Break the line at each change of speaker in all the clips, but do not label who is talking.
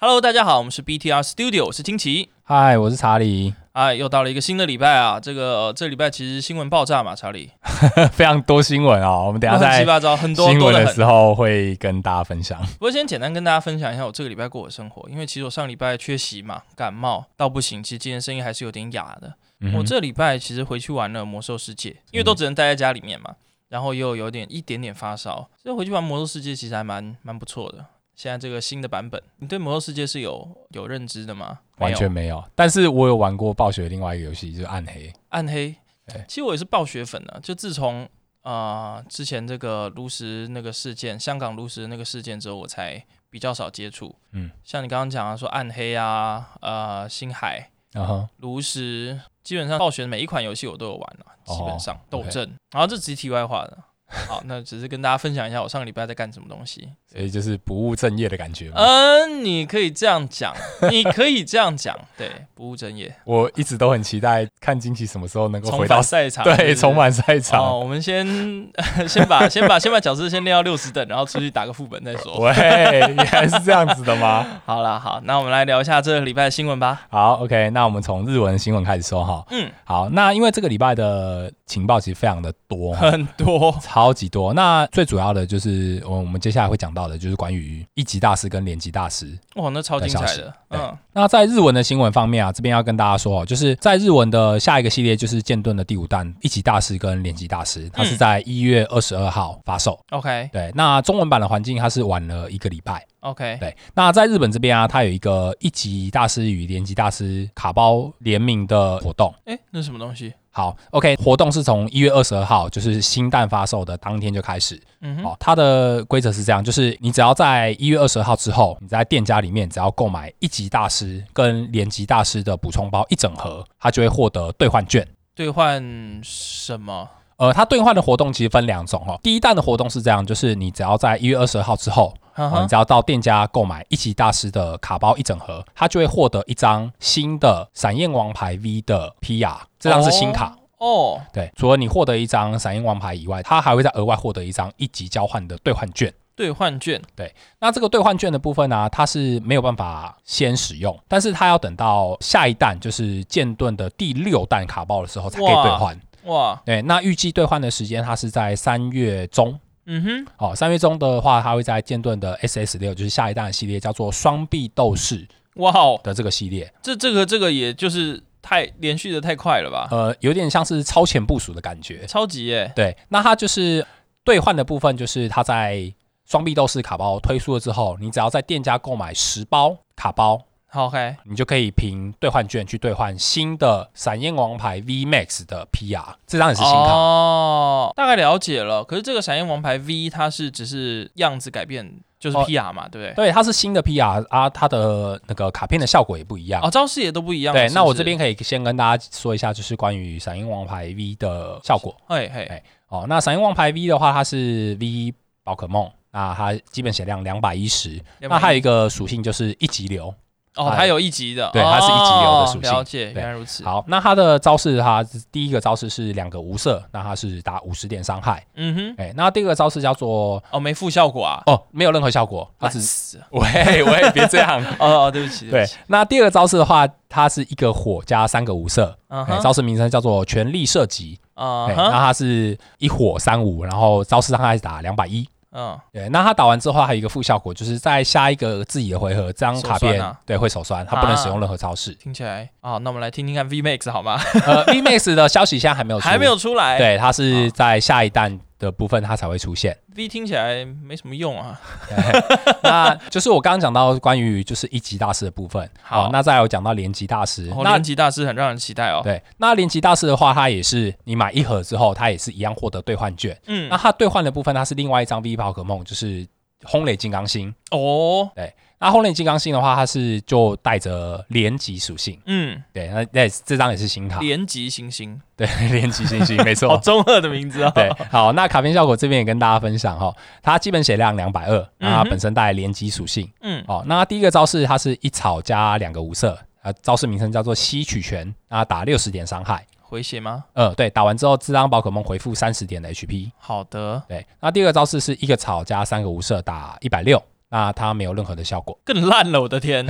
Hello，大家好，我们是 BTR Studio，我是金奇。
嗨，我是查理，
啊，又到了一个新的礼拜啊！这个、呃、这礼拜其实新闻爆炸嘛，查理，
非常多新闻啊、我们等一下
乱七
在
八糟，很多
新
多
闻
的
的
很。
时候会跟大家分享。
不过先简单跟大家分享一下我这个礼拜过的生活，因为其实我上礼拜缺席嘛，感冒到不行，其实今天声音还是有点哑的。
嗯
我
哼嗯
这礼拜其实回去玩了《魔兽世界》，因为都只能待在家里面嘛，然后又有点一点点发烧，所以回去玩《魔兽世界》其实还蛮蛮不错的。现在这个新的版本，你对《魔兽世界》是有有认知的吗？
完
没
全
有。
没有，但是我有玩过暴雪另外一个游戏，就是暗黑。
暗黑
对。
其实我也是暴雪粉啊，就自从啊之前这个炉石那个事件，香港炉石那个事件之后，我才比较少接触。
嗯，
像你刚刚讲啊，说暗黑啊，呃，星海、
嗯哼，
炉石，基本上暴雪每一款游戏我都有玩啊，
哦
基本上斗
OK
阵。然后这只是题外话的。好，那只是跟大家分享一下我上个礼拜在干什么东西。
所以就是不务正业的感觉嘛。
嗯，你可以这样讲，你可以这样讲，对，不务正业，
我一直都很期待看惊奇什么时候能够
重
回到
返赛场，是不
对
是
重返赛场。
哦，我们先 先把 先把先把角色先练到六十等，然后出去打个副本再说。
喂，原来是这样子的吗？
好啦，好，那我们来聊一下这个礼拜的新闻吧。
好，OK，那我们从日文新闻开始说哈。
嗯，
好，那因为这个礼拜的情报其实非常的多哈，
嗯很多，
超级多。那最主要的就是我我们接下来会讲到的，就是关于一级大师跟连级大师。
哇，那超精彩的。
对
嗯，
那在日文的新闻方面啊，这边要跟大家说哦，就是在日文的下一个系列就是剑盾的第五弹一级大师跟连级大师，它是在一月二十二号发售。
OK
对，那中文版的环境它是晚了一个礼拜。
OK，
对，那在日本这边啊，它有一个一级大师与连级大师卡包联名的活动。
哎，那是什么东西？
好，OK，活动是从一月二十二号，就是新蛋发售的当天就开始。
嗯哼，
哦，它的规则是这样，就是你只要在一月二十号之后，你在店家里面只要购买一级大师跟连级大师的补充包一整盒，它就会获得兑换券。
兑换什么？
呃，它兑换的活动其实分两种哦。第一弹的活动是这样，就是你只要在一月二十号之后，
哈
哦，
哈
你只要到店家购买一级大师的卡包一整盒，它就会获得一张新的闪焰王牌 V 的 PR，这张是新卡。
哦。
对，除了你获得一张闪焰王牌以外，它还会再额外获得一张一级交换的兑换券。
兑换券
那这个兑换券的部分呢、它是没有办法先使用，但是它要等到下一弹，就是剑盾的第六弹卡包的时候才可以
哇
兑换。
哇，
对，那预计兑换的时间它是在三月中
嗯哼，
哦，三月中的话，它会在剑盾的 SS 六，就是下一弹的系列叫做双臂斗士
哇哦，
的这个系列，
这这个这个也就是太连续的太快了吧，
呃，有点像是超前部署的感觉。
超级耶，
对，那它就是兑换的部分，就是它在双臂斗士卡包推出了之后，你只要在店家购买十包卡包，
好 OK，
你就可以凭兑换券去兑换新的闪焰王牌 V Max 的 PR，这张也是新卡。
哦，大概了解了。可是这个闪焰王牌 V 它是只是样子改变，就是
哦
PR 嘛，对不对？
对，它是新的 PR 啊，它的那个卡片的效果也不一样。
哦，招式也都不一样。
对，
是不
那我
是
这，边可以先跟大家说一下，就是关于闪焰王牌 V 的效果
嘿嘿，
哦。那闪焰王牌 V 的话，它是 V 宝可梦，那它基本血量两百一十，
210
那还有一个属性就是一级流。
哦，它有一级的，
对
哦
它是一级流的属性
了解，
对
原来如此。
好，那它的招式它第一个招式是两个无色，那它是打五十点伤害。
嗯哼，
哎，那第二个招式叫做
哦，没副效果啊，
哦，没有任何效果，它
烂
只
死了。
喂喂，别这 样。
哦哦，对不起，
对
不起，，
那第二个招式的话，它是一个火加三个无色，
嗯
哎
哼，
招式名称叫做全力射击。哎
嗯
那
哼，
它是一火三五，然后招式伤害是打两百一。
嗯，
对，那它打完之后还有一个副效果，就是在下一个自己的回合，这张卡
手
片、
酸啊
对会手酸，它不能使用任何招式。
听起来啊，那我们来听听看 V Max 好吗？
呃 v m a x 的消息现在还没有出，
还没有啊出来，
对，它
好
是在下一弹的部分它才会出现。
V 听起来没什么用啊。
那就是我刚刚讲到关于就是一级大师的部分，哦
好
那再有讲到连级大师，
哦，
那
连级大师很让人期待哦。
对，那连级大师的话，它也是你买一盒之后，它也是一样获得兑换券。
嗯
那，它兑换的部分，它是另外一张 V 宝可梦，就是轰雷金刚星。
哦，
那轰雷金刚星的话，它是就带着连级属性，
嗯，
对，那那这张也是新卡，
连级行星，
对， 连级星星，没
好
错。
中二的名字哦。
对，好，那卡片效果这边也跟大家分享哈、哦，它基本血量两百二，那它
嗯哼
本身带连级属性，
嗯，
哦，那第一个招式它是一草加两个无色，啊，招式名称叫做吸取拳，啊，打六十点伤害。
回血吗？
呃，对，打完之后，这张宝可梦回复三十点的 HP。
好的，
对，那第二个招式是一个草加三个无色，打一百六。那它没有任何的效果。！
更烂了，我的天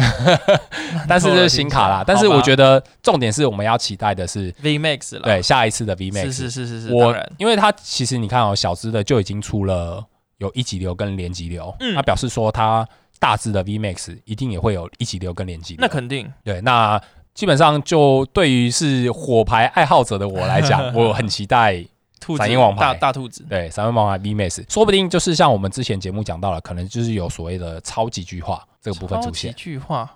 但是这是新卡
啊
啦，但是我觉
得
得重点是我们要期待的是，
V Max 了，
对下一次的 V Max，
是是是是是，当
我
然
因为它其实你看哦，小资的就已经出了有一级流跟连级流，
嗯
它表示说它大致的 V Max 一定也会有一级流跟连级流。
那肯定
对，那基本上就对于是火牌爱好者的我来 讲，我很期待
兔子
闪电王牌
大大兔子，
对三位王牌 V Max，说不定就是像我们之前节目讲到了，可能就是有所谓的超级句化这个部分
超
出
级
现，
句话，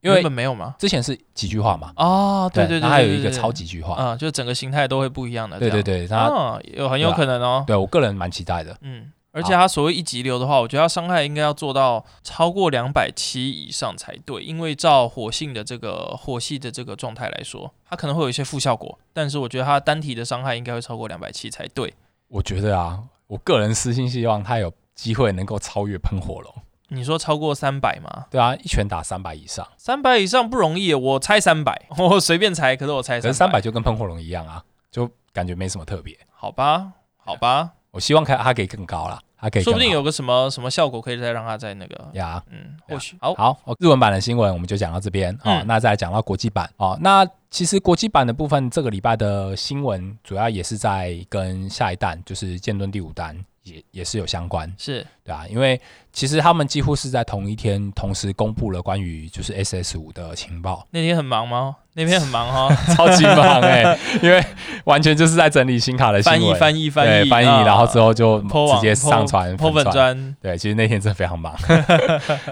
因为
原本没有吗？
之前是几句话嘛，
哦，对对
那
对，
还有
对
一个超，
对
级句
对
化，
嗯，就是整个形态都会不一样的，
对
这
对
样，
对，它
啊，有很有
对啊
可能哦，
对我个人蛮期待的。
嗯。而且它所谓一级流的话，我觉得它伤害应该要做到超过两百七以上才对，因为照火性的这个火系的这个状态来说，它可能会有一些副效果，但是我觉得它单体的伤害应该会超过两百七才对。
我觉得啊，我个人私心希望他有机会能够超越喷火龙。
你说超过三百吗？
对啊，一拳打三百以上，
三百以上不容易，我猜三百， 我随便猜，可是我猜
可
300
是三百，就跟喷火龙一样啊，就感觉没什么特别。
好吧，好吧，
我希望看他可以更高啦，他可以
说
更
不定
好
有个什么什么效果可以再让它在那个，
呀。
嗯，
对
或
啊
许好，
好，哦日文版的新闻我们就讲到这边啊、哦
嗯
那再来讲到国际版哦。那其实国际版的部分，这个礼拜的新闻主要也是在跟下一弹，就是剑盾第五弹也也是有相关。
是
对啊，因为其实他们几乎是在同一天同时公布了关于就是 SS 五的情报，
那天很忙吗？那天很忙哦哈，
超级忙哎、 因为完全就是在整理新卡的新
翻译
闻，
翻译翻
对
译
翻译，
啊
然后之后就
po
直
网
接
po-
上传
破
粉
粉
钻。
砖，
对，其实那天真的非常忙。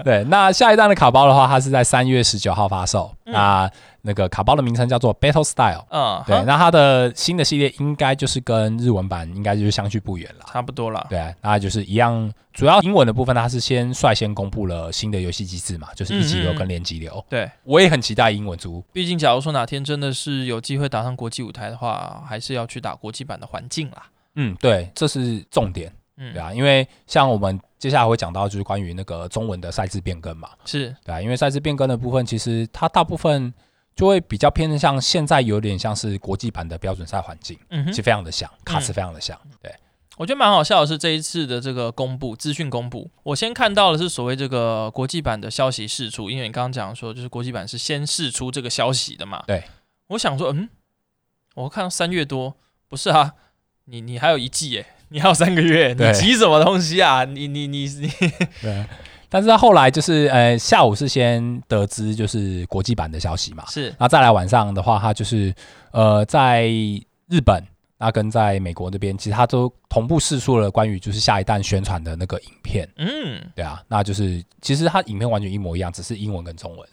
对，那下一档的卡包的话，它是在三月十九号发售。
嗯
那那个卡包的名称叫做 Battle Style。
嗯，
对，
哈
那它的新的系列应该就是跟日文版应该就是相去不远啦。
差不多啦。
对，那就是一样。主要英文的部分，它是先率先公布了新的游戏机制嘛，就是一级流跟联机流。
嗯对，
我也很期待英文组，
毕竟假如说哪天真的是有机会打上国际舞台的话，还是要去打国际版的环境啦。
嗯，对，这是重点，
嗯，
对啊，因为像我们接下来会讲到就是关于那个中文的赛制变更嘛，
是
对啊，因为赛制变更的部分，其实它大部分就会比较偏向现在有点像是国际版的标准赛环境，
嗯
其
哼
实，非常的像，卡池非常的像，对，
我觉得蛮好笑的是这一次的这个公布资讯公布，我先看到的是所谓这个国际版的消息释出，因为你刚刚讲说就是国际版是先释出这个消息的嘛。
对，
我想说，嗯，我看到三月多，不是啊，你你还有一季耶，你还有三个月，
对
你急什么东西啊？你你你你，，
对。啊但是它后来就是呃下午是先得知就是国际版的消息嘛
是
那再来晚上的话，它就是呃，在日本那跟在美国那边，其实它都同步试出了关于就是下一弹宣传的那个影片，
嗯，
对啊，那就是其实它影片完全一模一样，只是英文跟中文，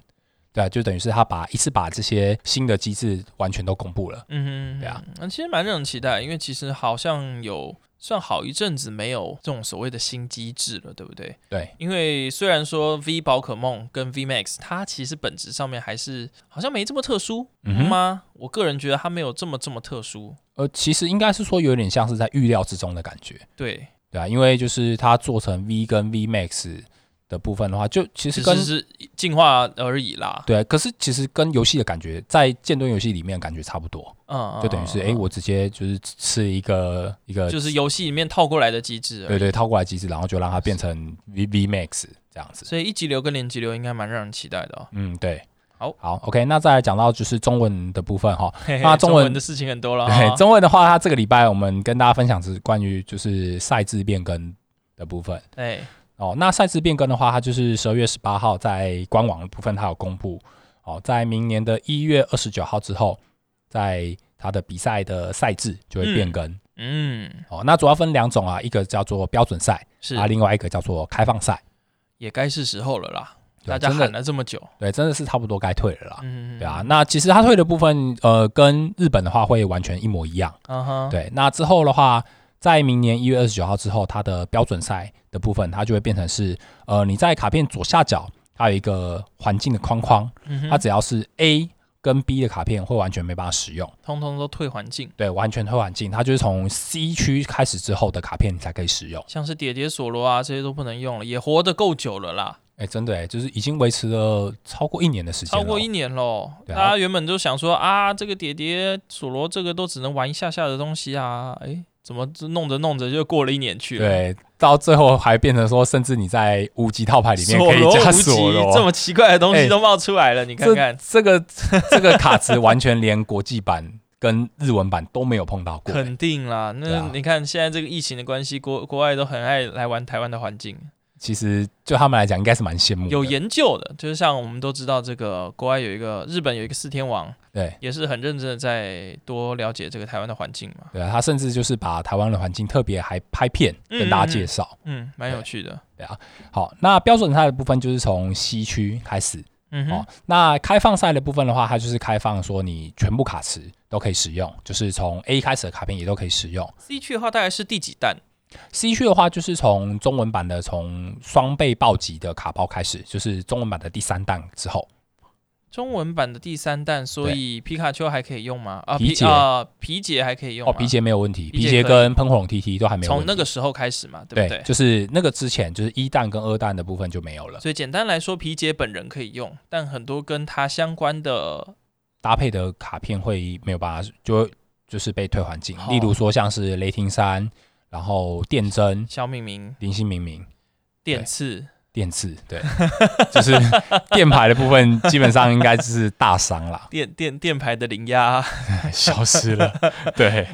对啊，就等于是它把一次把这些新的机制完全都公布了，
嗯哼，
对啊
嗯，其实蛮让人期待，因为其实好像有算好一阵子没有这种所谓的新机制了，对不对？
对，
因为虽然说 V 宝可梦跟 V Max 它其实本质上面还是好像没这么特殊、
嗯哼
吗？我个人觉得它没有这么这么特殊，
呃，其实应该是说有点像是在预料之中的感觉，
对，
对啊，因为就是它做成 V 跟 V Max 的部分的话，就其实
只
跟
是是进化而已啦。
对，啊可是其实跟游戏的感觉，在剑盾游戏里面感觉差不多，
嗯，
就等于是，
嗯
哎、我直接就是吃一个一个，
就是游戏里面套过来的机制而已。
对对，套过来机制，然后就让它变成 V V Max 这样子。
所以一级流跟连级流应该蛮让人期待的哦。
嗯，对，
好
好，OK，那再来讲到就是中文的部分哈。
嘿嘿
那中
中
文
的事情很多了哦，
对，中文的话，它这个礼拜我们跟大家分享是关于就是赛制变更的部分
哎，
哦。那赛制变更的话，它就是十二月十八号在官网的部分它有公布哦，在明年的一月二十九号之后，在它的比赛的赛制就会变
嗯
更、
嗯，
哦。那主要分两种啊，一个叫做标准赛，
是
啊，另外一个叫做开放赛，
也该是时候了啦。
对
大家
真的
喊了这么久，
对，真的是差不多该退了啦。
嗯，
对啊，那其实它退的部分，呃，跟日本的话会完全一模一样。
嗯哼，
对，那之后的话，在明年一月二十九号之后，它的标准赛的部分，它就会变成是，呃，你在卡片左下角它有一个环境的框框，
嗯哼，
它只要是 A 跟 B 的卡片会完全没办法使用，
通通都退环境，
对，完全退环境，它就是从 C 区开始之后的卡片你才可以使用。
像是叠叠索罗啊这些都不能用了，也活得够久了啦，
哎，真的哎，就是已经维持了超过一年的时间
超
了。
过一年喽。大
哦对啊
家原本就想说啊，这个叠叠索罗这个都只能玩一下下的东西啊，诶，怎么这弄着弄着就过了一年去了？，
对，到最后还变成说，甚至你在无极套牌里面
索
可以
罗
加
无
索
极
罗，
这么奇怪的东
哎
西都冒出来了，你看看，
这这个 这个卡池完全连国际版跟日文版都没有碰到过。
肯定啦。
对
那
啊
你看现在这个疫情的关系，国国外都很爱来玩台湾的环境。
其实就他们来讲，应该是蛮羡慕的。
有研究的，就是像我们都知道，这个国外有一个日本有一个四天王，
对
也是很认真的在多了解这个台湾的环境嘛。
对啊，他甚至就是把台湾的环境特别还拍片跟大家介绍。
嗯，蛮有趣的。
好，那标准赛的部分就是从西区开始。
嗯
哦
哼，，
那开放赛的部分的话，它就是开放说你全部卡池都可以使用，就是从 A 开始的卡片也都可以使用。
C 区的话大概是第几弹？
C 区的话，就是从中文版的从双倍暴击的卡包开始，就是中文版的第三弹之后。
中文版的第三弹，所以皮卡丘还可以用吗？啊，
皮
皮
姐
啊，皮姐还可以用
哦，
吗？
皮杰没有问题，
皮
皮
杰
杰
可以
跟喷火龙 TT 都还没有问
从
题。
那个时候开始嘛，对
对
不对？
就是那个之前就是一弹跟二弹的部分就没有了，
所以简单来说，皮姐本人可以用，但很多跟她相关的
搭配的卡片会没有办法，就会就是被退还进。
哦
例如说像是雷霆三，然后电针、
小敏明、
林星明明、
电刺，
电刺， 对，就是电牌的部分基本上应该就是大伤啦。
电电电牌的零压，
消失了。对，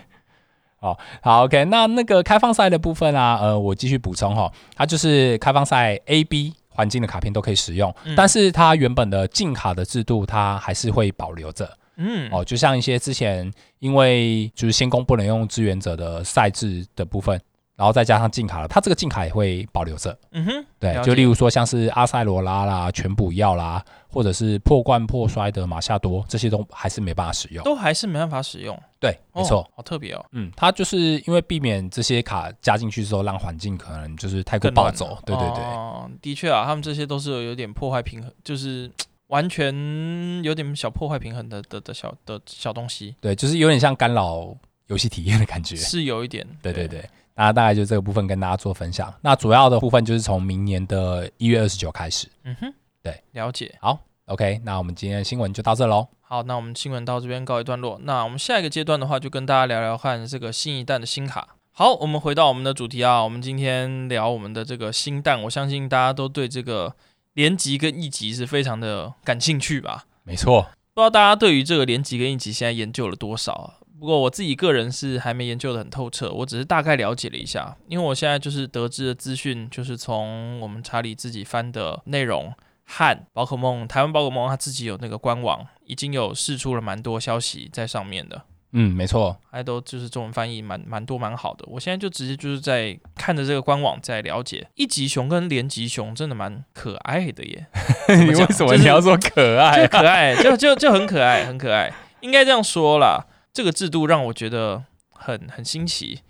好，好，OK。那那个开放赛的部分啊，呃，我继续补充哈，它就是开放赛 A、B 环境的卡片都可以使用，
嗯
但是它原本的禁卡的制度，它还是会保留着
嗯，
哦。就像一些之前因为就是先攻不能用支援者的赛制的部分，然后再加上禁卡了，它这个禁卡也会保留着。
嗯哼，
对
了，解
就例如说像是阿塞罗拉啦、全补药啦，或者是破罐破摔的马夏多，这些都还是没办法使用。
都还是没办法使用。
对，没错。
哦，好特别哦。
嗯，它就是因为避免这些卡加进去之后，让环境可能就是太过
更乱
暴
了
走。对对对，
哦，的确啊，他们这些都是有有点破坏平衡，就是嘖完全有点小破坏平衡的的的小的小东西，
对，就是有点像干扰游戏体验的感觉。
是有一点。
对对，对，那大概就这个部分跟大家做分享。那主要的部分就是从明年的一月二十九开始。
嗯哼，
对，
了解。
OK，那我们今天的新闻就到这喽。
好，那我们新闻到这边告一段落。那我们下一个阶段的话，就跟大家聊聊看这个新一代的新卡。好，我们回到我们的主题啊，我们今天聊我们的这个新蛋，我相信大家都对这个连级跟一级是非常的感兴趣吧？
没错，
不知道大家对于这个连级跟一级现在研究了多少啊？不过我自己个人是还没研究的很透彻，我只是大概了解了一下，因为我现在就是得知的资讯，就是从我们查理自己翻的内容和宝可梦台湾宝可梦它自己有那个官网，已经有试出了蛮多消息在上面的，
嗯，没错，
还都就是中文翻译蛮蛮多蛮好的。我现在就直接就是在看着这个官网在了解一级熊跟连级熊真的蛮可爱的耶，
你
么讲
为什么
就是
你要说可爱
就
啊？
可爱，就 就就很可爱，很可爱，应该这样说啦。这个制度让我觉得很很新奇。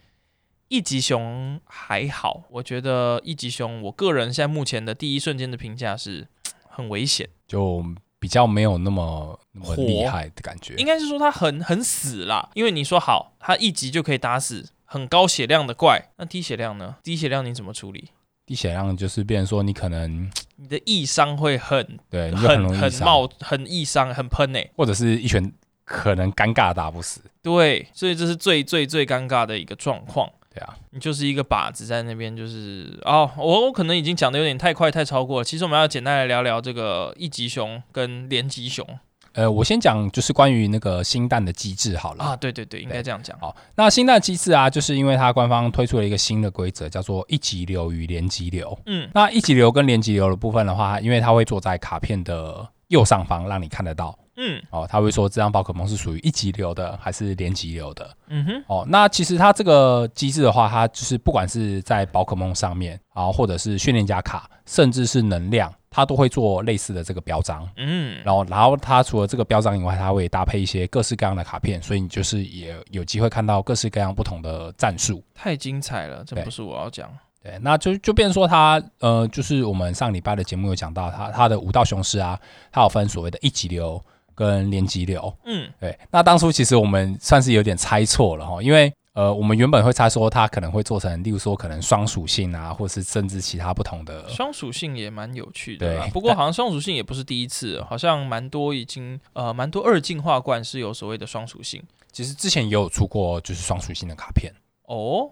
一级熊还好，我觉得一级熊，我个人现在目前的第一瞬间的评价是很危险，
就比较没有那么那么
火
厉害的感觉
应。该是说它很很死啦。因为你说好，它一级就可以打死很高血量的怪，那低血量呢？低血量你怎么处理？
低血量就是变成说你可能
你的易伤会很
对你就很
很
容易
很
伤，
冒很易伤，很喷诶、欸
或者是一拳可能尴尬打不死。
对，所以这是最最最尴尬的一个状况。
对啊，
你就是一个靶子在那边，就是哦，我我可能已经讲的有点太快太超过了。其实我们要简单来聊聊这个一级熊跟连级熊
呃，我先讲就是关于那个星蛋的机制好了。
啊，对对对，应该这样讲。
好，那星蛋机制啊，就是因为它官方推出了一个新的规则，叫做一级流与连级流。
嗯，
那一级流跟连级流的部分的话，因为它会坐在卡片的右上方，让你看得到
嗯
哦。它会说这张宝可梦是属于一级流的还是连级流的
嗯哼，
哦。那其实它这个机制的话，它就是不管是在宝可梦上面啊，或者是训练家卡，甚至是能量，它都会做类似的这个标章。
嗯，
然后，然后它除了这个标章以外，它会搭配一些各式各样的卡片，所以你就是也有机会看到各式各样不同的战术。
太精彩了，这
对
不是我要讲。
对，那就就变成说它呃，就是我们上礼拜的节目有讲到它它的五道雄狮啊，它有分所谓的一级流跟连级流。
嗯，
对，那当初其实我们算是有点猜错了哈，因为呃，我们原本会猜说它可能会做成，例如说可能双属性啊，或是甚至其他不同的。
双属性也蛮有趣的啦
呃对，
不 过好像双属性也不是第一次了，好像蛮多已经呃蛮多二进化冠是有所谓的双属性。
其实之前也有出过就是双属性的卡片。
哦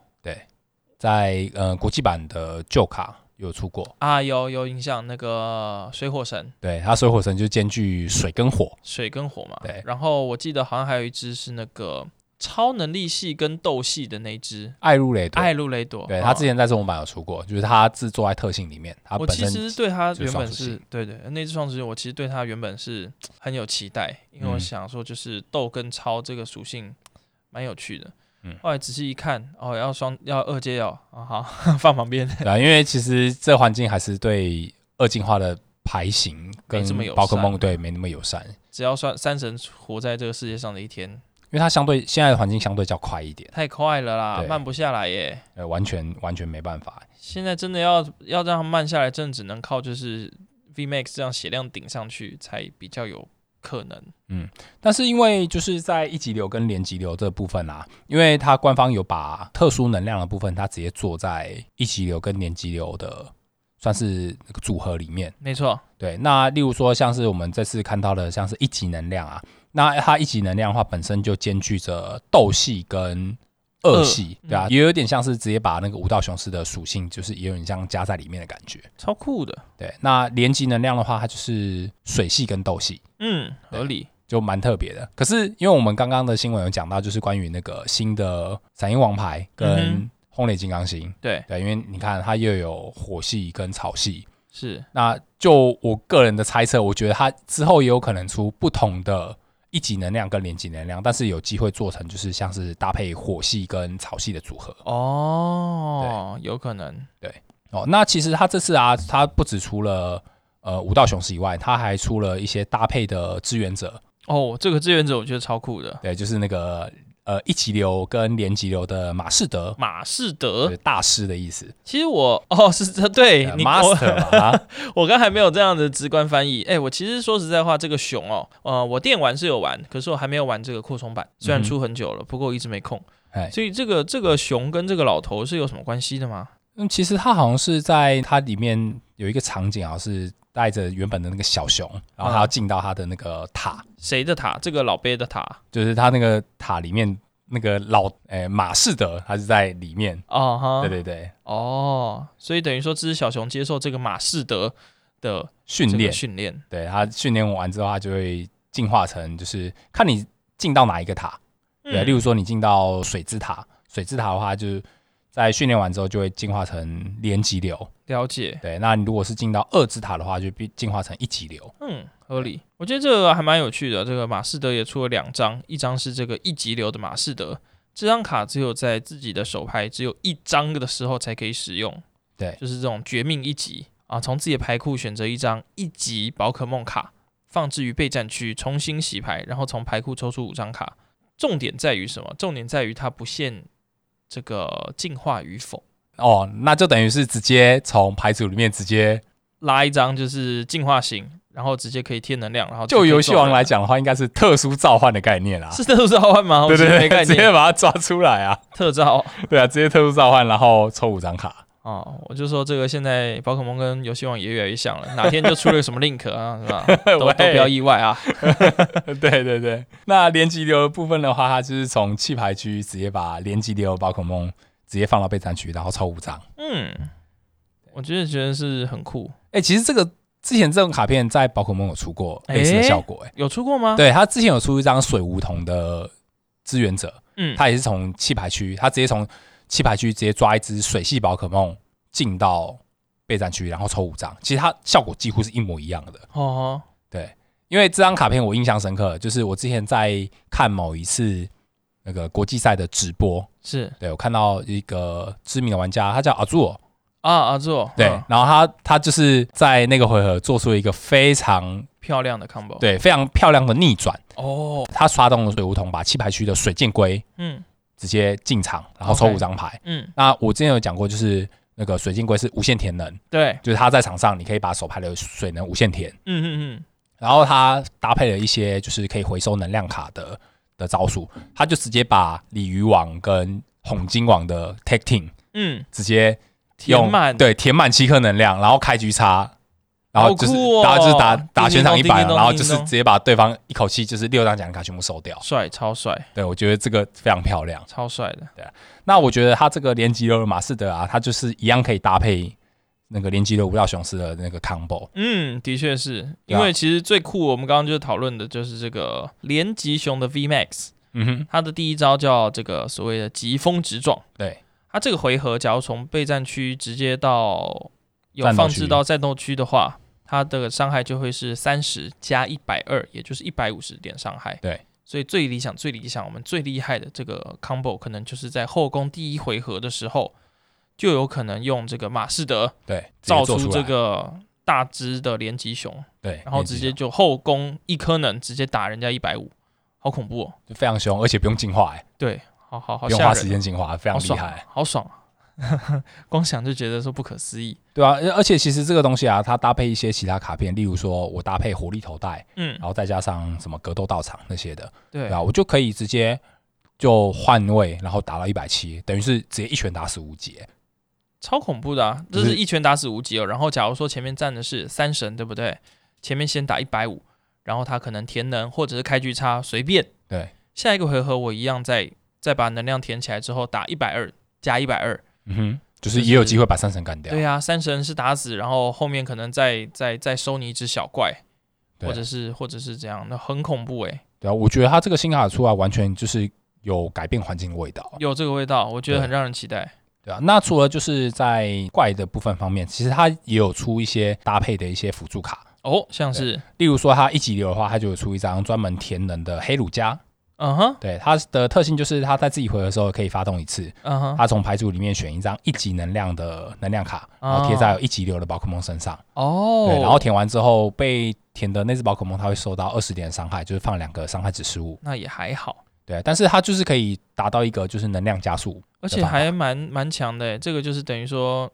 在呃国际版的旧卡有出过，
啊，有有影响那个水火神，
对，它水火神就兼具水跟火，
水跟火嘛。
对
然后我记得好像还有一只是那个超能力系跟斗系的那一只
艾露雷多，
艾露雷朵。
对，
哦
它之前在中文版有出过，就是它制作在特性里面，它
我
本
其
身
实对它
就是
原
双
本
属
是
性
对对那只双属性，我其实对它原本是很有期待，因为我
嗯
想说就是斗跟超这个属性蛮有趣的。
嗯
后来仔细一看，哦，要双要二阶哦，啊好 放旁边，
对啊，因为其实这环境还是对二进化的牌型跟
没这么友善啊
宝可梦对没那么友善，
只要算三神活在这个世界上的一天，
因为它相对现在的环境相对较快一点，
太快了啦，
对
慢不下来耶。
呃，完全完全没办法。
现在真的要要让它慢下来，真的只能靠就是 VMAX 这样血量顶上去才比较有可能。
但是因为就是在一级流跟连级流这部分啊，因为它官方有把特殊能量的部分，它直接做在一级流跟连级流的算是那个组合里面。
没错，
对，那例如说像是我们这次看到的，像是一级能量啊，那它一级能量的话，本身就兼具着斗系跟恶系，
恶
对啊，也有点像是直接把那个武道雄狮的属性，就是也有点像加在里面的感觉。
超酷的，
对，那连级能量的话，它就是水系跟斗系，
嗯，合
对
理。
就蛮特别的。可是因为我们刚刚的新闻有讲到，就是关于那个新的闪银王牌
嗯
跟轰雷金刚星，
对，
对，因为你看它又有火系跟草系，
是
那就我个人的猜测，我觉得它之后也有可能出不同的一级能量跟连级能量，但是有机会做成就是像是搭配火系跟草系的组合
哦，有可能
哦。那其实它这次啊，它不只除了呃武道雄狮以外，它还出了一些搭配的支援者，
哦。这个志愿者我觉得超酷的，
对，就是那个呃一级流跟连级流的马士德，
马士
就
德。
是大师的意思、
其实我哦是这对
呃
呃你我
，master 嘛， 啊
我刚还没有这样的直观翻译。哎，我其实说实在话，这个熊哦，呃，我电玩是有玩，可是我还没有玩这个扩充版，虽然
嗯哼
出很久了，不过我一直没空。
哎，
所以这个这个熊跟这个老头是有什么关系的吗？
嗯，其实它好像是在它里面有一个场景，好像啊是带着原本的那个小熊，然后它要
嗯
进到它的那个塔，
谁的塔？这个老贝的塔
就是它那个塔里面那个老诶、马士德，它是在里面。
哦哈，
对对对，
哦，所以等于说这只小熊接受这个马士德的
训
这个
练，
训练
对它训练完之后，它就会进化成，就是看你进到哪一个塔。对，
嗯
例如说你进到水之塔，水之塔的话，就是在训练完之后就会进化成连级流。
了解，
对，那你如果是进到二之塔的话，就必进化成一级流。
嗯，合理。我觉得这个还蛮有趣的。这个马士德也出了两张，一张是这个一级流的马士德，这张卡只有在自己的手牌只有一张的时候才可以使用。
对
就是这种绝命一级啊，从自己的牌库选择一张一级宝可梦卡，放置于备战区，重新洗牌，然后从牌库抽出五张卡。重点在于什么？重点在于它不限这个进化与否。
哦，那就等于是直接从牌组里面直接，
拉一张就是进化型，然后直接可以贴能量，然后
就
可以
游戏
揍
王
人
来讲的话，应该是特殊召唤的概念啦。
是特殊召唤吗？
对对
哦我其实没
对，
概
直接
念。
把它抓出来啊！
特召
对啊，直接特殊召唤，然后抽五张卡。
哦，我就说这个现在宝可梦跟游戏王也越来越像了，哪天就出了个什么 Link 啊， 是吧？都都
喂
不要意外啊。
对对对，那连级流的部分的话，它就是从弃牌区直接把连级流的宝可梦直接放到备战区，然后抽五张。
嗯，我真的觉得是很酷，
哎、其实这个之前这种卡片在宝可梦有出过类似的
诶
效果、诶
有出过吗？，
对，它之前有出一张水梧桐的支援者，
嗯，
他也是从弃牌区，他直接从弃牌区直接抓一只水系宝可梦进到备战区，然后抽五张。其实它效果几乎是一模一样的。
哦，
对，因为这张卡片我印象深刻，就是我之前在看某一次那个国际赛的直播，
是
对我看到一个知名的玩家，他叫阿朱，
啊，阿座，
对，
嗯
然后他他就是在那个回合做出一个非常
漂亮的 combo，，
对非常漂亮的逆转，
哦，
他刷动了水梧桐，把弃牌区的水箭龟
嗯
直接进场，然后抽
OK
五张牌。
嗯，
那我之前有讲过，就是那个水晶龟是无限填能，
对，
就是它在场上你可以把手牌的水能无限填，
嗯嗯嗯，
然后它搭配了一些就是可以回收能量卡的的招数，它就直接把鲤鱼网跟红金网的 tag team
嗯，
直接
填
用
满，
对填满七颗能量，然后开局差，然后
好
就是
酷哦
大家就是打打
叮叮咚
全场一
叮
百
叮
嘛，
咚
然后就是
叮咚
直接把对方一口气就是六张奖金卡全部收掉。
帅，超帅，
对我觉得这个非常漂亮。
超帅的。
那我觉得他这个连击六的马士德啊，他就是一样可以搭配那个连击六五道雄狮的那个 combo。
嗯，的确是
对
因
啊
为其实最酷，我们刚刚就是讨论的就是这个连吉熊的 V Max，
嗯哼，
它的第一招叫这个所谓的疾风直撞。
对，
它这个回合，假如从备战区直接到有
战斗
放
区
置到战斗区的话，它的伤害就会是三十加一百二，也就是一百五十点伤害。
对，
所以最理想、最理想，我们最厉害的这个 combo 可能就是在后宫第一回合的时候，就有可能用这个马士德
对，直
造
接做
出
出
这
来
个大只的连击熊，
对，
然后
连击
直接
六
就后宫一颗能直接打人家一百五，好恐怖哦！
就非常凶，而且不用进化、欸，
对，好好好
不用
吓
花时
人哦，
间进化，非
好
常厉
爽
害、
啊，好爽啊！ 光想就觉得说不可思议。
对啊，而而且其实这个东西啊，它搭配一些其他卡片，例如说我搭配火力头带，
嗯
然，后再加上什么格斗道场那些的，
对
对啊，我就可以直接就换位，然后打到一百七，等于是直接一拳打死五节。
超恐怖的啊！这
就是
是一拳打死无极哦。然后假如说前面站的是三神，对不对？前面先打一百五，然后他可能填能或者是开局差随便。
对，
下一个回合我一样再再把能量填起来之后打一百二加一百二。
嗯哼，就是
就是
也有机会把三神干掉。
对啊，三神是打死，然后后面可能再再再收你一只小怪，
对啊
或者是或者是这样，那很恐怖诶、
对啊，我觉得它这个新卡出来完全就是有改变环境的味道。
有这个味道，我觉得
对
很让人期待。
对啊，那除了就是在怪的部分方面，其实它也有出一些搭配的一些辅助卡，
哦，像是
例如说它一级流的话，它就有出一张专门填能的黑鲁加。
嗯哼
对，它的特性就是它在自己回合的时候可以发动一次，
嗯哼
它从牌组里面选一张一级能量的能量卡，然后贴在有一级流的宝可梦身上。
哦，
对，然后填完之后被填的那只宝可梦，它会受到二十点的伤害，就是放两个伤害值失误。
那也还好。
对，但是它就是可以达到一个就是能量加速。
而
的
且
方法
还蛮蛮强的欸，这个就是等于说，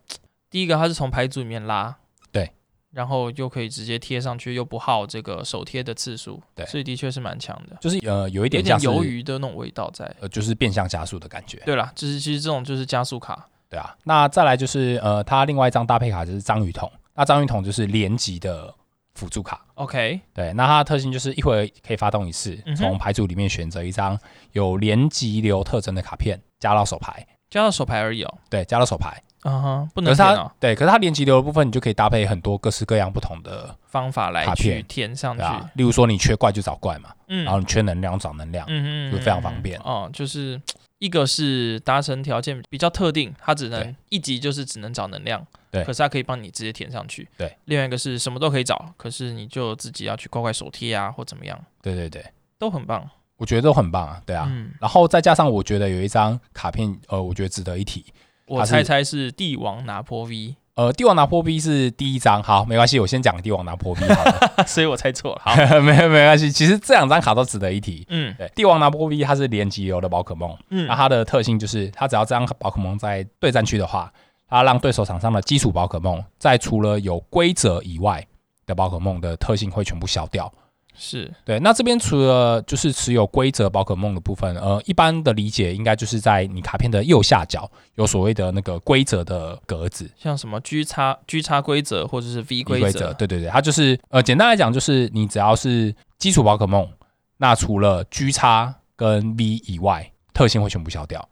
第一个它是从牌组里面拉，
对，
然后又可以直接贴上去，又不耗这个手贴的次数，
对
所以的确是蛮强的，
就是呃有一
有
点
点
像
鱿
是
鱼的那种味道在。
呃就是变相加速的感觉。
对啦，就是其实这种就是加速卡，
对啊，那再来就是呃它另外一张搭配卡就是章鱼桶，那章鱼桶就是连级的辅助卡。
OK，
对，那它的特性就是一会儿可以发动一次
嗯哼，
从牌组里面选择一张有连级流特征的卡片加到手牌，
加到手牌而已哦，
对，加到手牌。
嗯哼，不
可
能
是
填
它
哦，
对，可是它连级流的部分，你就可以搭配很多各式各样不同的，
方法来
卡
去
片
填上
对
去，
吧？例如说你缺怪就找怪嘛，
嗯，
然后你缺能量找能量，
嗯嗯，
就非常方便
嗯嗯嗯哦，就是一个是达成条件比较特定，它只能
对
一级就是只能找能量，
对
可是它可以帮你直接填上去。
对，
另外一个是什么都可以找，可是你就自己要去乖乖手贴啊或怎么样，
对对对，
都很棒。
我觉得都很棒啊，对啊。
嗯，
然后再加上我觉得有一张卡片，呃，我觉得值得一提。
我
它是
猜猜是帝王拿破 V，
呃，帝王拿破 B 是第一张，好，没关系，我先讲帝王拿破 B 好了，
所以我猜错了。好，
没有没关系。其实这两张卡都值得一提。
嗯
对，帝啊王拿破 B 它是连级流的宝可梦，那
嗯
它的特性就是，它只要这张宝可梦在对战区的话，它让对手场上的基础宝可梦，在除了有规则以外的宝可梦的特性会全部消掉。
是
对，那这边除了就是持有规则宝可梦的部分，呃，一般的理解应该就是在你卡片的右下角有所谓的那个规则的格子。
像什么 G 叉 G 叉规则或者是 V
规
规则，
对对对，它就是呃，简单来讲就是你只要是基础宝可梦，那除了 G 叉跟 V 以外，特性会全部消掉。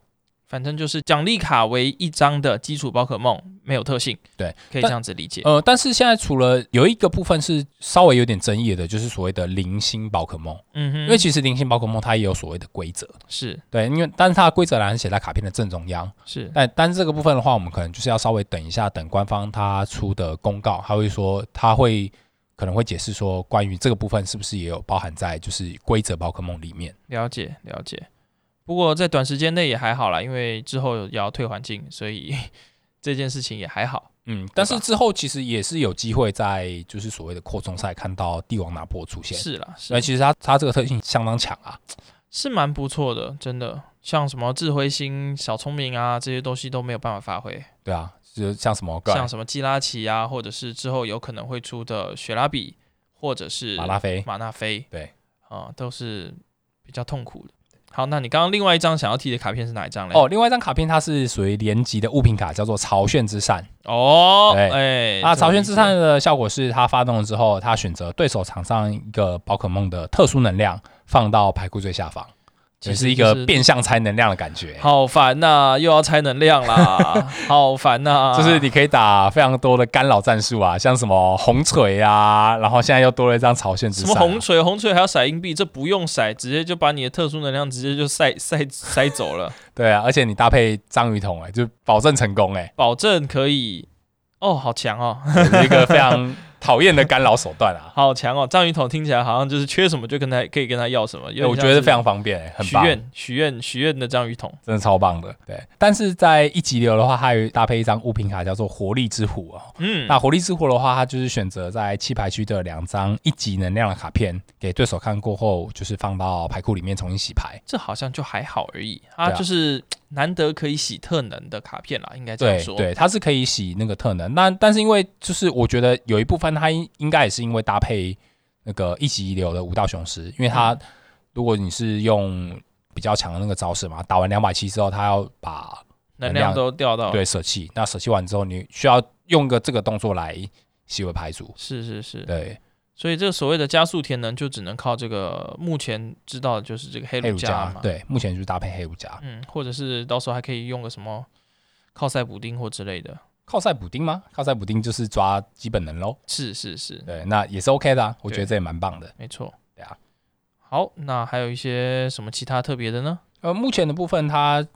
反正就是奖励卡为一张的基础宝可梦，没有特性。
对，
可以这
但
样子理解。
呃，但是现在除了有一个部分是稍微有点争议的，就是所谓的零星宝可梦，
嗯哼，
因为其实零星宝可梦它也有所谓的规则，
是
对，因为但是它的规则栏是写在卡片的正中央，
是
但但是这个部分的话，我们可能就是要稍微等一下，等官方它出的公告，它会说它会可能会解释说关于这个部分是不是也有包含在就是规则宝可梦里面，
了解了解，不过在短时间内也还好啦，因为之后也要退环境，所以 这件事情也还好。
嗯，但是之后其实也是有机会在就是所谓的扩充赛看到帝王拿破出现，
是啦，是
所
啦
以其实它它这个特性相当强啊，
是蛮不错的，真的。像什么智慧星、小聪明啊，这些东西都没有办法发挥，
对啊，就像什么
像什么基拉奇啊，或者是之后有可能会出的雪拉比，或者是
马拉菲，
马纳菲，
对
啊、都是比较痛苦的。好，那你刚刚另外一张想要踢的卡片是哪一张嘞？
哦，另外一张卡片它是属于连级的物品卡，叫做朝炫之扇。
哦，
对
哎，
啊，
这
朝
我理
炫
解
之扇的效果是它发动了之后，它选择对手场上一个宝可梦的特殊能量放到牌库最下方，
其
也
实
是一
就
个
是
变相猜能量的感觉。
好烦呐、又要猜能量 啦，好烦呐、
就是你可以打非常多的干扰战术啊，像什么红锤啊，然后现在又多了一张朝炫之
什
扇、
么
啊。
红锤，红锤还要骰硬币，这不用骰，直接就把你的特殊能量直接就 塞塞塞走了，
对啊，而且你搭配章鱼桶、哎，就保证成功、哎，
保证可以。哦，好强哦，
是一个非常讨厌的干扰手段啊。
好强哦！章鱼桶听起来好像就是缺什么就跟他可以跟他要什么，
我觉得非常方便、哎很
许
棒，
愿许愿许愿的章鱼桶
真的超棒的。对，但是在一级流的话，它有搭配一张物品卡，叫做活力之虎哦。
嗯，
那活力之虎的话，它就是选择在弃牌区的两张一级能量的卡片给对手看过后，就是放到牌库里面重新洗牌。
这好像就还好而已，它
对啊
就是难得可以洗特能的卡片啦，应该这样
对
说。
对，它是可以洗那个特能，那但是因为就是我觉得有一部分它应应该也是因为搭配那个一级一流的武道雄狮，因为
嗯
它如果你是用比较强的那个招式嘛，打完两百七之后，它要把
能
能
量
量
都掉到
对舍弃，那舍弃完之后，你需要用个这个动作来洗为牌组。
是是是，
对，
所以这个所谓的加速填能，就只能靠这个目前知道的就是这个黑
黑
鲁
儒家
嘛，，
对，啊目前就是搭配黑儒家。
嗯，或者是到时候还可以用个什么靠塞补丁或之类的，
靠赛补丁吗？靠赛补丁就是抓基本能喽。
是是是，
对，那也是 OK 的、啊，我觉得
对
这也蛮棒的。
没错，
对啊。
好，那还有一些什么其他特别的呢？
呃，目前的部分，它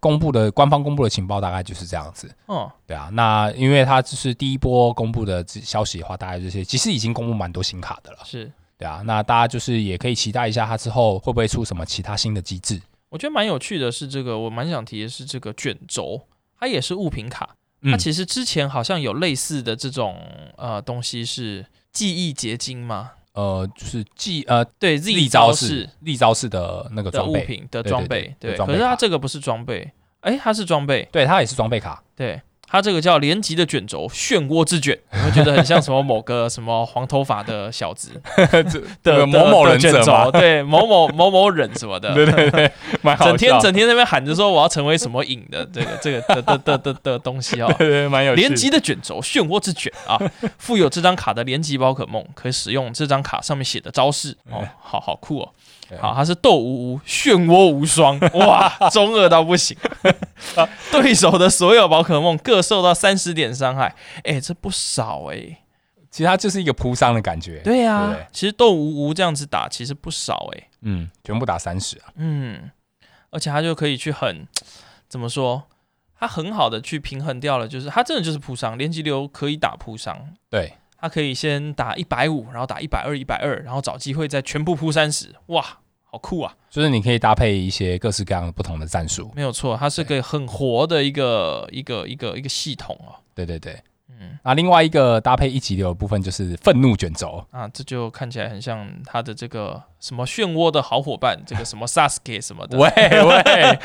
公布的官方公布的情报大概就是这样子。
哦，
对啊，那因为它就是第一波公布的资消息的话，大概就是其实已经公布蛮多新卡的了。
是，
对啊，那大家就是也可以期待一下它之后会不会出什么其他新的机制。
我觉得蛮有趣的是这个，我蛮想提的是这个卷轴，它也是物品卡，它
嗯，
其实之前好像有类似的这种呃东西是记忆结晶吗？
呃，就是记呃
对，Z
力
招
招
式
式力招式的那个
的
装
物
备，
品的
对
装
对
备，
对
对。
装
可
备
是它
卡
这个不是装备，哎，它是装备，
对，它也是装备卡。
对。它这个叫连级的卷轴，漩涡之卷，你会觉得很像什么某个什么黄头发的小 子
那
的
个某某
的
忍
卷
者
轴，
吗？
对某某某某忍什么的，
对 对对，蛮好
整天
笑
整天在那边喊着说我要成为什么影的这个这个的的的的的东西哦，
对对，蛮有趣的
连级的卷轴，漩涡之卷啊！附有这张卡的连级宝可梦可以使用这张卡上面写的招式哦，好好酷哦！
对
好，它是斗无无，漩涡无双，哇，中二到不行！对手的所有宝可梦各受到三十点伤害，哎，这不少哎。
其实它就是一个扑伤的感觉。
对呀、
哎对不对
其实斗无无这样子打其实不少哎，
嗯，全部打三十啊。
嗯，而且它就可以去很怎么说？它很好的去平衡掉了，就是它真的就是扑伤，连级流可以打扑伤，
对，
他可以先打一百五，然后打一百二、一百二，然后找机会再全部扑三十，哇，好酷啊！
就是你可以搭配一些各式各样的不同的战术。
没有错，它是个很活的一个一个一个一个系统哦。
对对对。
嗯
那另外一个搭配一级流的部分就是愤怒卷 轴，
啊，这就看起来很像他的这个什么漩涡的好伙伴，这个什么 Sasuke 什么
喂
的，
喂，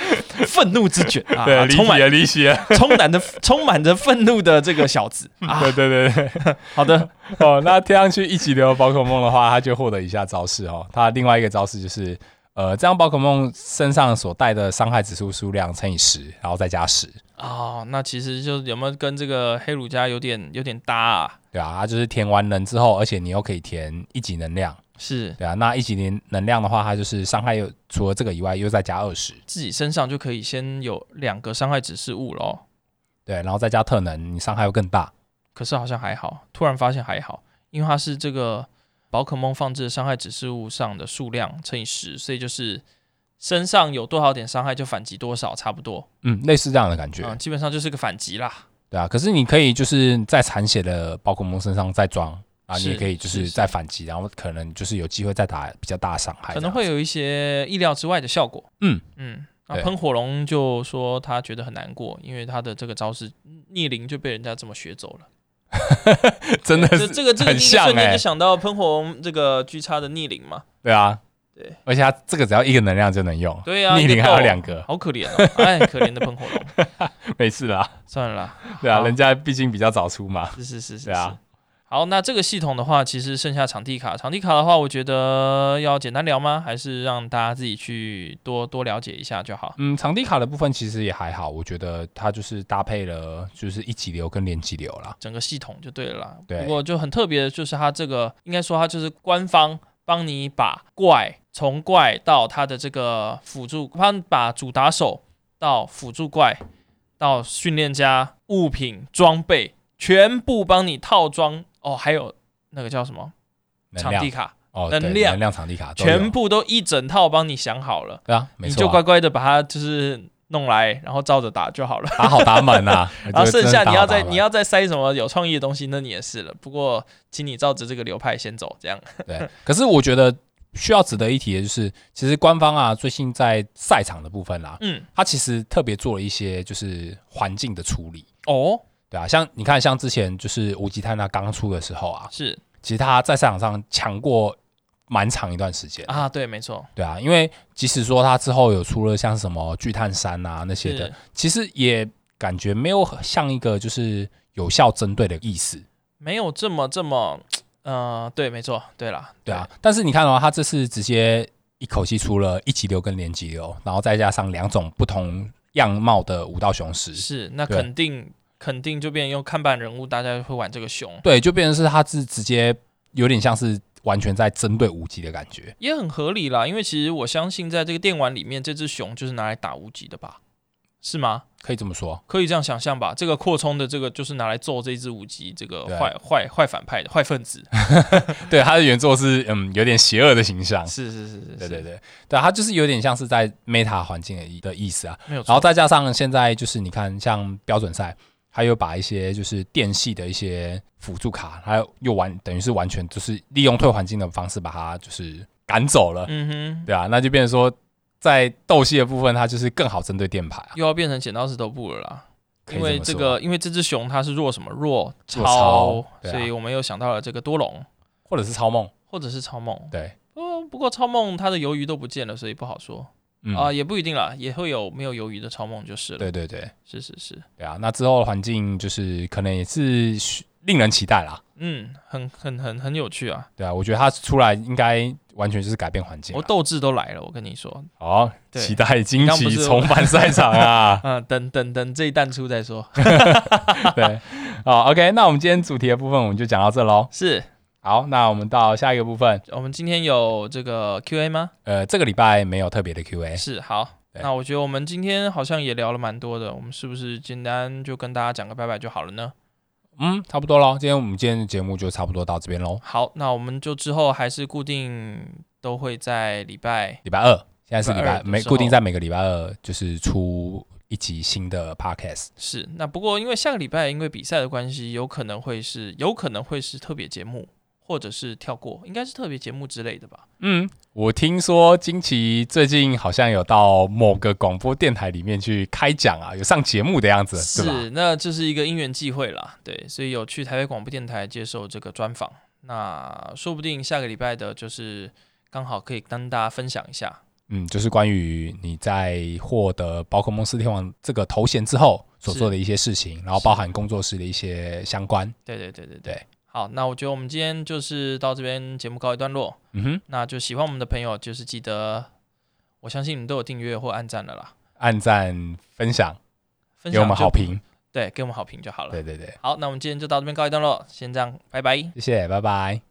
愤怒之卷啊，
对，
啊
理
充 满
解理解，
充满着充满着愤怒的这个小子啊。
对对对对。
好的，
哦，那贴上去一级流的宝可梦的话，它就获得以下招式哦。它另外一个招式就是，呃，这张宝可梦身上所带的伤害指数数量乘以十，然后再加十，
哦，那其实就有没有跟这个黑鲁加有点有点搭啊？
对啊，它就是填完能之后，而且你又可以填一级能量，
是
对啊。那一级能能量的话，它就是伤害又除了这个以外，又再加二十，
自己身上就可以先有两个伤害指示物喽。
对，然后再加特能，你伤害会更大。
可是好像还好，突然发现还好，因为它是这个宝可梦放置的伤害指示物上的数量乘以十，所以就是身上有多少点伤害就反击多少，差不多，
嗯，类似这样的感觉，
嗯，基本上就是个反击啦。
对啊。可是你可以就是在残血的宝可梦身上再装，啊，
是
你也可以就是是
是
再反击，然后可能就是有机会再打比较大的伤害，
可能会
这样子
有一些意料之外的效果。
嗯
嗯，那
对
喷火龙就说他觉得很难过，因为他的这个招式逆鳞就被人家这么学走了。
真的
这
是
这个这个
很
一
像
瞬间
欸
就想到喷火龙这个巨叉的逆鳞嘛。
对啊，
对，
而且它这个只要一个能量就能用，
对啊，
逆
一
鳞
个
还有
豆
两个，
好可怜哦，哎，可怜的喷火龙，
没事啦，
算了啦，
对啊，
好
人家毕竟比较早出嘛，
是是是是
对啊
是。好，那这个系统的话，其实剩下场地卡。场地卡的话，我觉得要简单聊吗？还是让大家自己去多多了解一下就好？
嗯，场地卡的部分其实也还好，我觉得它就是搭配了就是一级流跟连级流啦。
整个系统就对了啦。
对
不过就很特别的就是它这个，应该说它就是官方帮你把怪从怪到它的这个辅助，帮把主打手到辅助怪到训练家物品装备全部帮你套装哦，还有那个叫什么
能
场
量
地卡，
哦，
能
对
量
能量场地卡都有
全部都一整套帮你想好了，
对啊，没
你
错
就
啊、
乖乖的把它就是弄来，然后照着打就好了。
打好打满啊，我觉
然后
得
剩
哎真的
下
打
你
好
要
打
再
满
你要再塞什么有创意的东西，那你也是了。不过，请你照着这个流派先走，这样。
对，可是我觉得需要值得一提的就是，其实官方啊最近在赛场的部分啦、
嗯，
它其实特别做了一些就是环境的处理，
哦，
对啊，像你看像之前就是无极探那刚出的时候啊，
是
其实他在赛场上抢过蛮长一段时间，
啊，对，没错，
对啊，因为即使说他之后有出了像什么巨碳山啊那些的
是，
其实也感觉没有像一个就是有效针对的意思。
没有这么这么，呃，对，没错，对啦，
对啊，但是你看哦，他这次直接一口气出了一级流跟连级流，然后再加上两种不同样貌的武道雄
对，
狮，
是，那
对
肯定肯定就变成用看板人物，大家会玩这个熊，
对，就变成是他是直接有点像是完全在针对五级的感觉。
也很合理啦。因为其实我相信，在这个电玩里面，这只熊就是拿来打无极的吧？是吗？
可以这么说，
可以这样想象吧，这个扩充的这个就是拿来揍这只无极这个
对哦
坏坏坏反派的坏分子，
对他的原作是嗯有点邪恶的形象，
是是是是，
对
是
对，对，对啊他就是有点像是在 Meta 环境的意的意思啊，
没有
然后
错，
再加上现在就是你看，像标准赛，他又把一些就是电系的一些辅助卡，他又完等于是完全就是利用退环境的方式把它就是赶走了，
嗯哼，
对啊，那就变成说在斗系的部分，它就是更好针对电牌啊，
又要变成剪刀石头布了啦。
可以
因为
这
这
么说
个，因为这只熊它是弱什么弱超，
弱超对啊
所以我们又想到了这个多龙
或者是超梦，
或者是超梦。
对，
不不过超梦它的鱿鱼都不见了，所以不好说
嗯，
啊、也不一定啦，也会有没有鱿鱼的超梦就是了。
对对对
是是是，
对啊，那之后的环境就是可能也是需令人期待啦，
嗯，很很很很有趣啊，
对啊，我觉得它出来应该完全就是改变环境
我
啊，
斗志都来了，我跟你说，
好，
对
期待惊
刚不
奇
是
重返赛场啊。
嗯，等等等这一弹出再 说。
对，好，OK，那我们今天主题的部分我们就讲到这喽。
是
好，那我们到下一个部分。
我们今天有这个 Q&A 吗？
呃，这个礼拜没有特别的 Q&A。
是好，
对
那我觉得我们今天好像也聊了蛮多的，我们是不是简单就跟大家讲个拜拜就好了呢？
嗯，差不多喽。今天我们今天的节目就差不多到这边喽。
好，那我们就之后还是固定都会在礼拜
礼拜二，现在是礼
礼拜
拜
二的
每
时候
固定在每个礼拜二就是出一集新的 Podcast。
是那不过因为下个礼拜因为比赛的关系，有可能会是有可能会是特别节目，或者是跳过，应该是特别节目之类的吧？
嗯，我听说金奇最近好像有到某个广播电台里面去开讲啊，有上节目的样子，对吧？
是，那这是一个因缘际会啦，对，所以有去台北广播电台接受这个专访，那说不定下个礼拜的就是刚好可以跟大家分享一下。
嗯，就是关于你在获得宝可梦四天王这个头衔之后所
是
做的一些事情，然后
是
包含工作室的一些相关。
对对对对对。
对
好，那我觉得我们今天就是到这边节目告一段落。
嗯哼，
那就喜欢我们的朋友，就是记得，我相信你们都有订阅或按赞了啦，
按赞、分享，
分享
给我们
就
好，评。
对，给我们好评就好了。
对对对，
好，那我们今天就到这边告一段落，先这样，拜拜。
谢谢，拜拜。